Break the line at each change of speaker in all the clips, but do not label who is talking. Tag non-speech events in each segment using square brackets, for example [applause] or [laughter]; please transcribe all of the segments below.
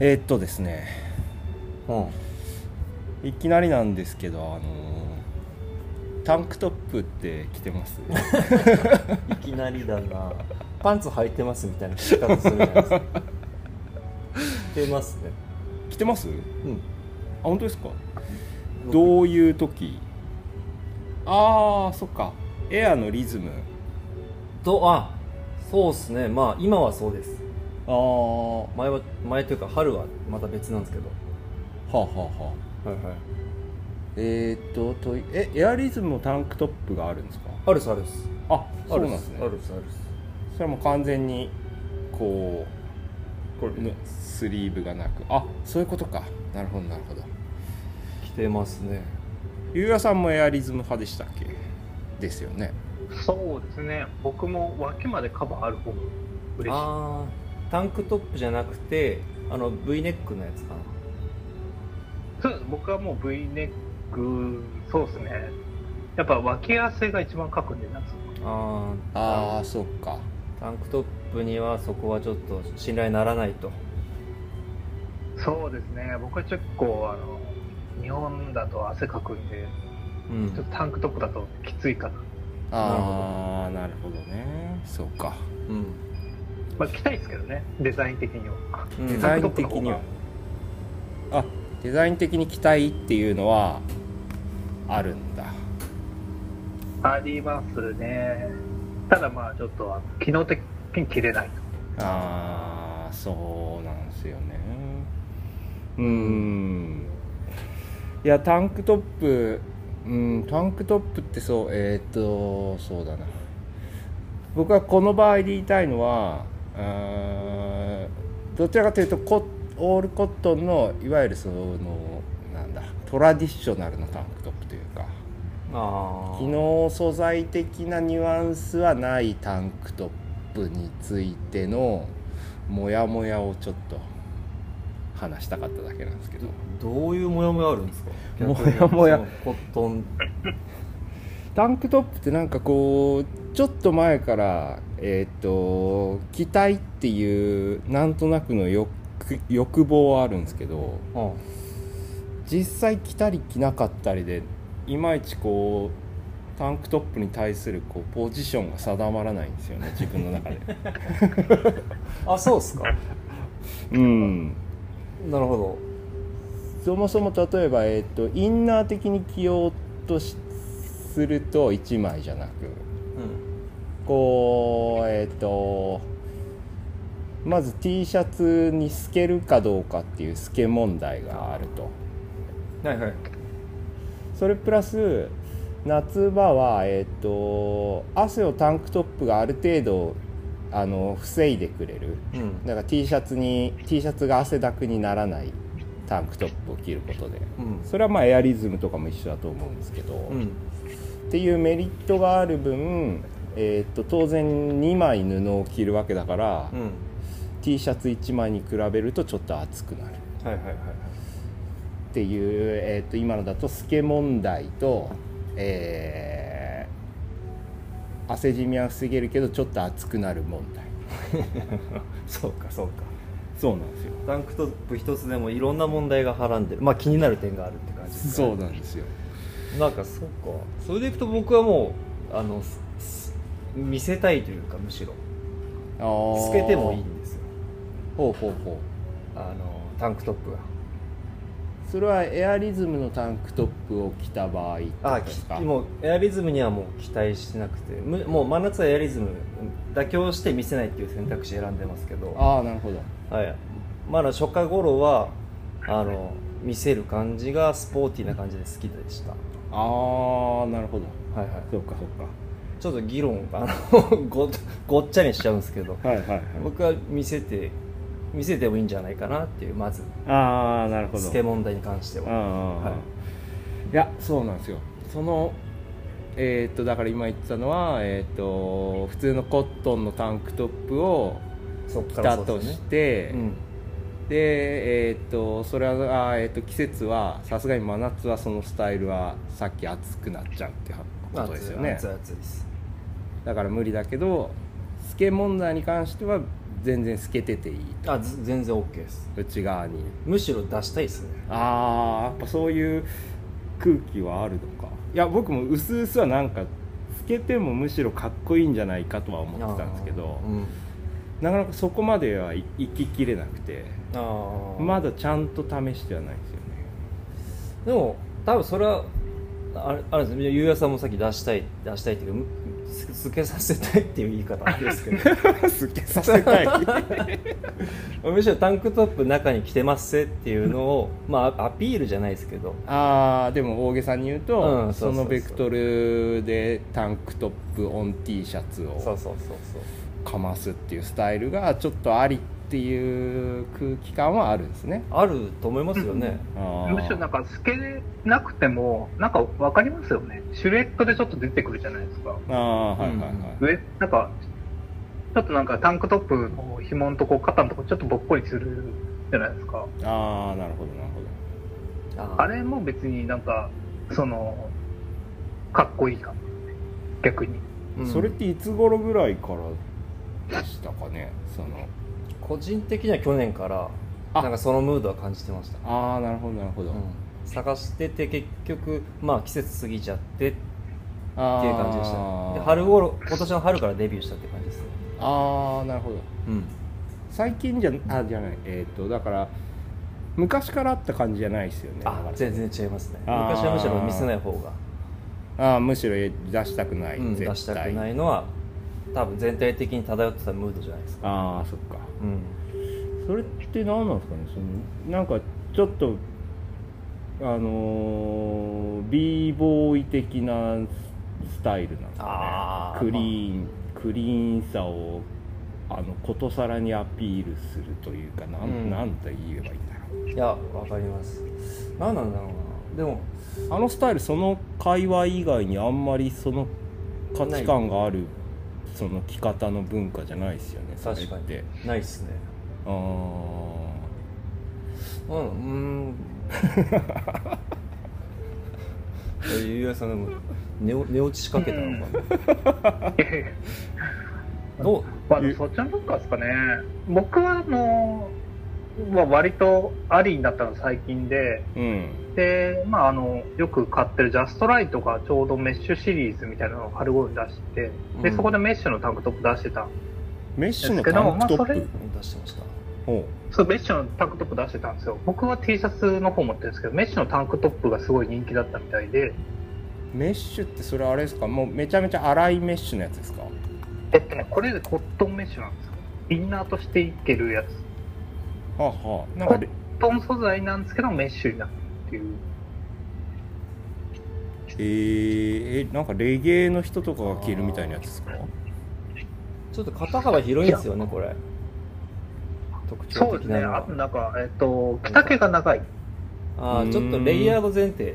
えーっとですね
うん
いきなりなんですけどあのータンクトップって着てます [laughs]
いきなりだなパンツ履いてますみたいな聞き方するじゃないです [laughs] か着てますね
着てますあ
うん
本当ですかどういう時ああそっかエアのリズム
とあそうっすねまあ今はそうです
ああは
前は前というか春はまた別なんですけど
あはあはあ
はいはい
えーっとといえエアリズムのタンクトップがあるんですか
あるっすあるっす
あ
あ
そう
る
な
っ
ん
す
ですね
あるっすあるっす
それはもう完全にこ
こ
うぬスリーブがなくあそういうことかなるほどなるほど
着てますね
ゆうやさんもエアリズム派でしたっけですよね
そうですね僕も脇までカバーある方が嬉しい
ああタンクトップじゃなくてあの V ネックのやつかな
そうです僕はもう V ネックそうですねやっぱ脇汗が一番かくんで夏
あ
ああそっか
ータンクトップにはそこはちょっと信頼ならないと
そうですね僕は結構あの日本だと汗かくんで
うん
ちょっとタンクトップだときついかな、
ああなるほどねそうか
うん
まあ、着たいですけどねデザイン的には
うん
デザイン的にはあデザイン的に着たいっていうのはあるんだ
ありますねただまあちょっとあの機能的に着れない
ああそうなんですよねうーんいやタンクトップうんタンクトップってそうえーっとそうだな僕はこの場合で言いたいのはうーんどちらかというとコオールコットンのいわゆるそのなんだトラディショナルなタンクトップというか
ああ
機能素材的なニュアンスはないタンクトップについてのモヤモヤをちょっと話したかっただけなんですけど
どういうモヤモヤあるんですか
モヤモヤ
逆にそのコットン
タンクトップってなんかこうちょっと前からえーっ、と着たいっていうなんとなくの欲欲望はあるんですけど
うん
実際着たり着なかったりでいまいちこうタンクトップに対するこうポジションが定まらないんですよね自分の中で。
あそうっすか
[laughs] うん
なるほ
そもそも例えば、えっとインナー的に着ようとしすると1枚じゃなく
どうん
こうえっ、とまず T シャツに透けるかどうかっていう透け問題があると
はいはい
それプラス夏場は、えっと汗をタンクトップがある程度あの防いでくれる
うん
だから T シャツに T シャツが汗だくにならないタンクトップを着ることで
うん
それはまあエアリズムとかも一緒だと思うんですけど、
う
っ
ん
ていうメリットがある分、えーっと当然2枚布を着るわけだから、
うん
T シャツ1枚に比べるとちょっと厚くなるっ
はいはいはいはい
ていう、えーっと今のだと透け問題と、えー汗じみは防げるけどちょっと厚くなる問題
[laughs] そうかそうか
そうなんですよ
タンクトップ一つでもいろんな問題がはらんでるまあ気になる点があるって感じですか
そうなんですよ
なんかそうかそれでいくと僕はもうあのすす見せたいというかむしろ [laughs] 透
透
けてもいいんですよ
ほうほうほう
あのタンクトップが
それはエアリズムのタンクトップを着た場合ってこ
あ
とですか
きもうエアリズムにはもう期待してなくてむもう真夏はエアリズム妥協して見せないっていう選択肢選んでますけど
ああなるほど
はい、まだ初夏頃はあの見せる感じがスポーティーな感じで好きでした、
ああなるほど
はいはい、
そうかそう
ちょっと議論があの [laughs] ごごっちゃにしちゃうんですけど
かはいはいはい
僕は見せて見せてもいいんじゃないかなっていうまず
ああなるほど
スケ問題に関して
あ
は
あ、、
はい
やそうなんですよそのえーっとだから今言ってたのはえーっと普通のコットンのタンクトップを
そっか
着た
らそう
と
ですよ
し
ね
て
うん
でえーっとそれはあー、えーっと季節はさすがに真夏はそのスタイルはさっき暑くなっちゃうってことですよね
熱い熱い熱いです
だから無理だけどスケ問題に関しては全然透けてていい
あず全然 OK です
と内側に
むしろ出したいですね
あーやっぱそういう空気はあるのかいや僕も薄々はなんか透けてもむしろかっこいいんじゃないかとは思ってたんですけど
あーうん
なかなかそこまではい行ききれなくて
ああ
まだちゃんと試してはないんですよね
でも多分それはあれあれですねゆうやさんもさっき出したい出したいっていうかむすつけさせたいっていう言い方あれですけど
透けさせたい
むしろタンクトップ中に着てますせっていうのを、まあ、アピールじゃないですけど
[laughs] ああでも大げさに言うと、
うん
そ
そうそうそう
のベクトルでタンクトップオン T シャツ
そう
を
そうそうそう
かますっていうスタイルがちょっとありっていう空気感はあるんですね
あると思いますよね、
あー
むしろなんか透けなくてもなんかわかりますよねシルエットでちょっと出てくるじゃないですか
ああはいはいはい、
上なんかちょっとなんかタンクトップの紐のとこ肩のとこちょっとぼっこりするじゃないですか
ああなるほどなるほど
あー
あれも別になんかそのかっこいいかも逆に
うん
それっていつ頃ぐらいからでしたかねその
個人的には去年から
あ
なんかそのムードは感じてました、
ああなるほどなるほど、
うん探してて結局まあ季節過ぎちゃってっていう
あー
感じでしたねで春頃今年の春からデビューしたって感じですね
ああなるほど
うん
最近じゃあじゃないえっ、とだから昔からあった感じじゃないですよねだか
あ
ら
全然違いますね
あー
昔はむしろ見せない方が、
あーむしろ出したくない、
うん、
絶対
出したくないのは多分全体的に漂ってたムードじゃないですか
ああそっか
うん
それって何なんですかねそのなんかちょっとあのー、b ボーイ的なスタイルなんですか
あ
ねク
ー
リーン、クリーンさをあのことさらにアピールするというかなん,、
うん
なんて言えばいいんだろ
いやわかります何なんだろうなでも
うあのスタイルその界隈以外にあんまりその価値観があるその着方の文化じゃないですよねそれって
確かにないっすね
あー [laughs]
うんうーんゆうやさんでも寝お寝落ちしかけたのかなどう
まあ、そっちの文化ですかね僕はあの、まあ、割とありになったの最近で
うん
で、まあ、あのよく買ってるジャストライトがちょうどメッシュシリーズみたいなのを春頃に出してで
うん
そこでメッシュのタンクトップ出してた
メッシュのタンクトップ、
ですけどま
出
あそれ
してました
ほう
そうメッシュのタンクトップ出してたんですよ僕は T シャツの方持ってるんですけどメッシュのタンクトップがすごい人気だったみたいで
メッシュってそれあれですかもうめちゃめちゃ粗いメッシュのやつですか
えっとねこれでコットンメッシュなんですよインナーとしていけるやつ
はあはあなんかで
コットン素材なんですけどメッシュになるっていう
えー、えなんかレゲエの人とかが着るみたいなやつですか
ちょっと肩幅広いんですよねこれ特徴
そうで
的
す
な
ね、
の
あ
は
となんか、えっと、着丈が長い、
あーちょっとレイヤード前提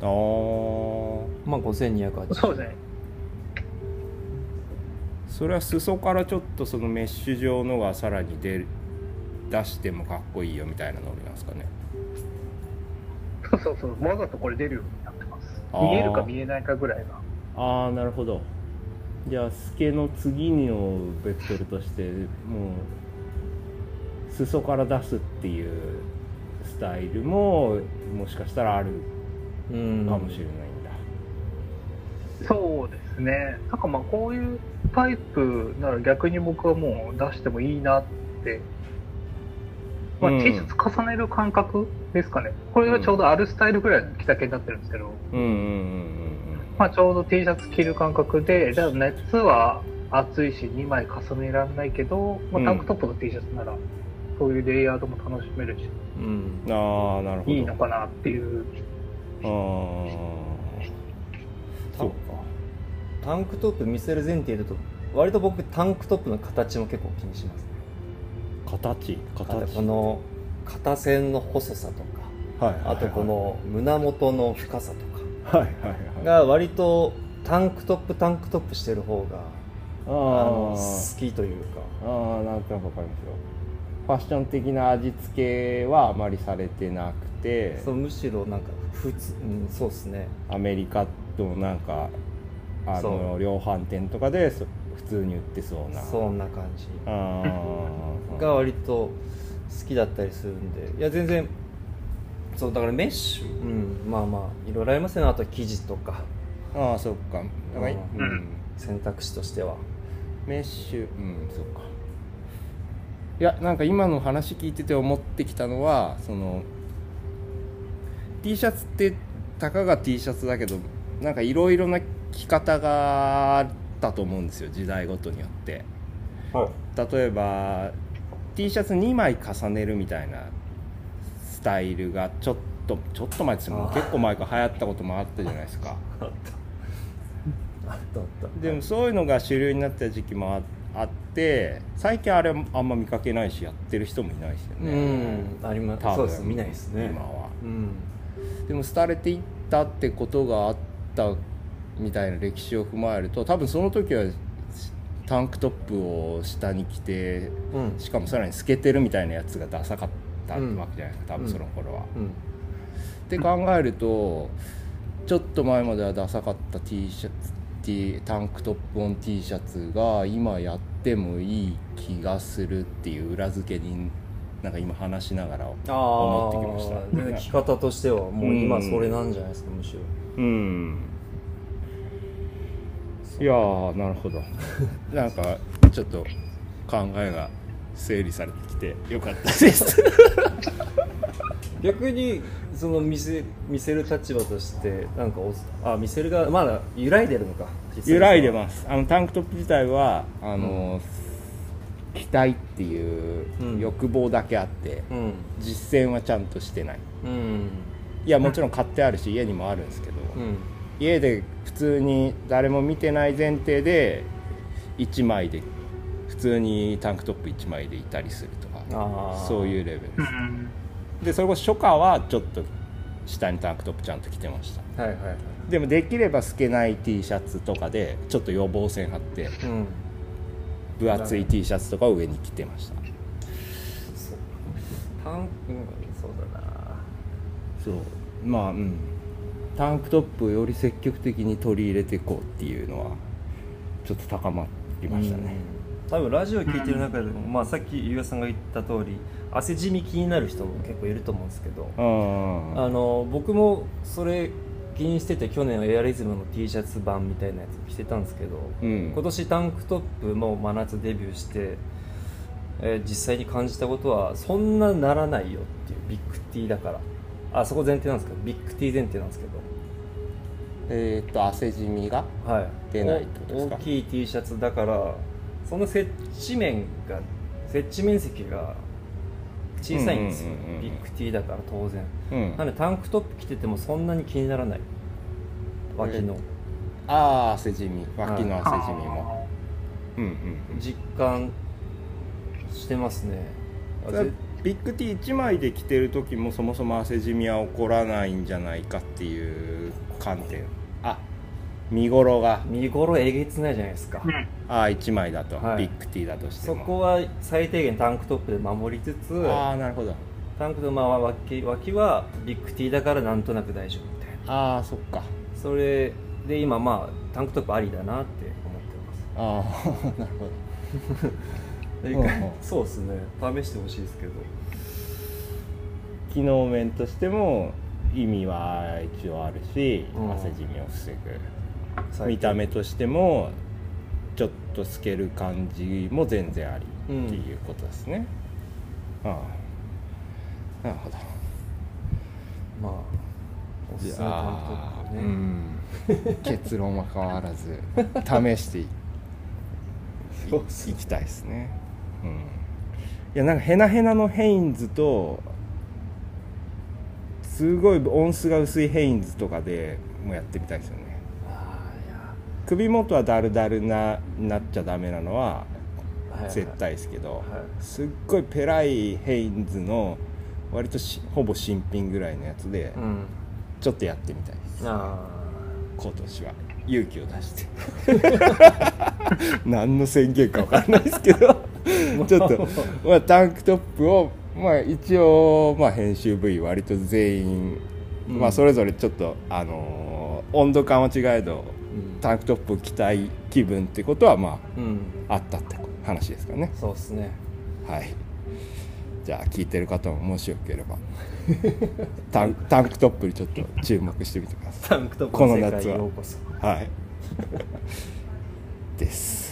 あー
まあ5280
そうですね、
それは裾からちょっとそのメッシュ状のがさらに出る出してもかっこいいよみたいなノリなんですかね
そうそうそう、わざとこれ出るようになってます、
あー
見えるか見えないかぐらいが、
ああなるほどじゃあスケの次のベクトルとしてもう裾から出すっていうスタイルももしかしたらある
うん
かもしれないんだ、
そうですね、なんかまあ、こういうタイプなら逆に僕はもう出してもいいなって、まあ、
うん
T シャツ重ねる感覚ですかね、これがちょうどあるスタイルぐらいの着丈になってるんですけど、
うんうんうん
まあ、ちょうど T シャツ着る感覚で、じゃあ熱は暑いし2枚重ねられないけど、ま
うん
あ、タンクトップの T シャツなら、そういうレイヤードも楽しめるし、
うん
うんああなるほど
いいのかなっていう。
ああそうか
タンクトップ見せる前提だと割と僕タンクトップの形も結構気にします
形
あと
形
この肩線の細さとか
はいはいはい
あとこの胸元の深さと
はいはい
か
はいあ
が割とタンクトップタンクトップしてる方があの
ー
好きというか
あーなんとなくわかりますよファッション的な味付けはあまりされてなくて
そうむしろなんか普通、うん、そうですね
アメリカとなんかあ
そ
の量販店とかでそ普通通に売ってそうな
そんな感じ
あー
が割と好きだったりするんでいや全然そうだからメッシュうんまあまあいろいろありますよねあと生地とか
ああそっかだから
うん
うん
選択肢としては
メッシュうんそっかいやなんか今の話聞いてて思ってきたのはその T シャツってたかが T シャツだけどなんかいろいろな着方があったと思うんですよ時代ごとによって
はい
例えば T シャツ2枚重ねるみたいなスタイルがちょっとちょっと前ですも
あ
う
ー
結構前から流行ったこともあったじゃないですか
あったあったあった
でもそういうのが主流になった時期もああって最近あれあんま見かけないしやってる人もいないですよ
う
ね、
んありま
多分
そうです見ないですね
今は
うん
でも廃れていったってことがあったみたいな歴史を踏まえると多分その時はタンクトップを下に着て
うん
しかもさらに透けてるみたいなやつがダサかったわけじゃないですか、
うん
多分その頃は、
うん
って考えるとちょっと前まではダサかった T シャツ T タンクトップオン T シャツが今やってもいい気がするっていう裏付けになんか今話しながら思ってきました
あーで着方としてはもう今それなんじゃないですかむしろ
うんいやーなるほど [laughs] なんかちょっと考えが整理されてきてよかったです
逆にその見せ見せる立場としてなんかおあ見せるがまだ揺らいでるのか
[laughs] 揺らいで
す
ますあのタンクトップ自体はあの、着たいっていう
うん
欲望だけあって、
うん
実践はちゃんとしてない
うん
いやもちろん買ってあるし家にもあるんですけど、
うん
家で普通に誰も見てない前提で1枚で普通にタンクトップ1枚でいたりするとか
あー
そういうレベル
う
で
ん
すでそれこそ初夏はちょっと下にタンクトップちゃんと着てました
はいはいはい
でもできれば透けない T シャツとかでちょっと予防線張って
うん
分厚い T シャツとかを上に着てました
そうタンクうんそうだな
そうまあうんタンクトップをより積極的に取り入れていこうっていうのはちょっと高まりましたね、
うん多分ラジオ聞いてる中でも、まあ、さっきゆうやさんが言った通り汗じみ気になる人も結構いると思うんですけど
うん
あの僕もそれ気にしてて去年はエアリズムの T シャツ版みたいなやつ着てたんですけど、
うん
今年タンクトップも真夏デビューして、えー実際に感じたことはそんなならないよっていうビッグ T だからあそこ前提なんですけどビッグ T 前提なんですけど、
えーっと汗じみが
はい、
出ないってことですか
お大きい T シャツだからその接地面が接地面積が小さいんですよ、
うんうんうんうん
ビッグ T だから当然
うん
なのでタンクトップ着ててもそんなに気にならない脇の
ああ汗じみ脇の汗じみも、うんうんうん
実感してますねあ
それは
ぜ
ビッグ T1 枚で着てる時もそもそも汗じみは起こらないんじゃないかっていう観点あ見頃が
見頃えげつないじゃないですか
あーうん
ああ1枚だと、
はい
ビッグ T だとして
そ
も
こは最低限タンクトップで守りつつ
ああなるほど
タンクトップまあ脇脇はビッグ T だからなんとなく大丈夫みたいな
ああそっか
それで今まあタンクトップありだなって思って
ああ [laughs]
ます
なるほどうんうん
そうですね試してほしいですけど
機能面としても意味は一応あるし、
うん
汗じみを防ぐ
最低
見た目としてもちょっと透ける感じも全然あり
うん
っていうことですね、ああなるほど
まあおすすめタンクトップ
い
ね、
やーうん結論は変わらず試していいいきたいですね、うん、いやなんかヘナヘナのヘインズとすごい音数が薄いヘインズとかでもやってみたいですよね
ああ
首元はダルダルななっちゃダメなのはい
や、はいはい
絶対ですけど、
い
すっごいペライヘインズの割としほぼ新品ぐらいのやつで、
うん
ちょっとやってみたいです
あ
今年は勇気を出して [laughs] 何の宣言か分かんないですけど
[laughs]
ちょっと、まあ、タンクトップを、まあ、一応、まあ、編集部員割と全員、
うん
まあ、それぞれちょっと、あのー温度感は違えど
ーうん
タンクトップ着たい気分ってことはま
うん
ああったって話ですかね
そうですね
はいじゃあ聞いてる方ももしよけれ
[laughs]
ばタンタンクトップにちょっと注目してみてください
タンクトップ
この
の世
夏
界へ
は
ようこそ
[laughs] はい。です。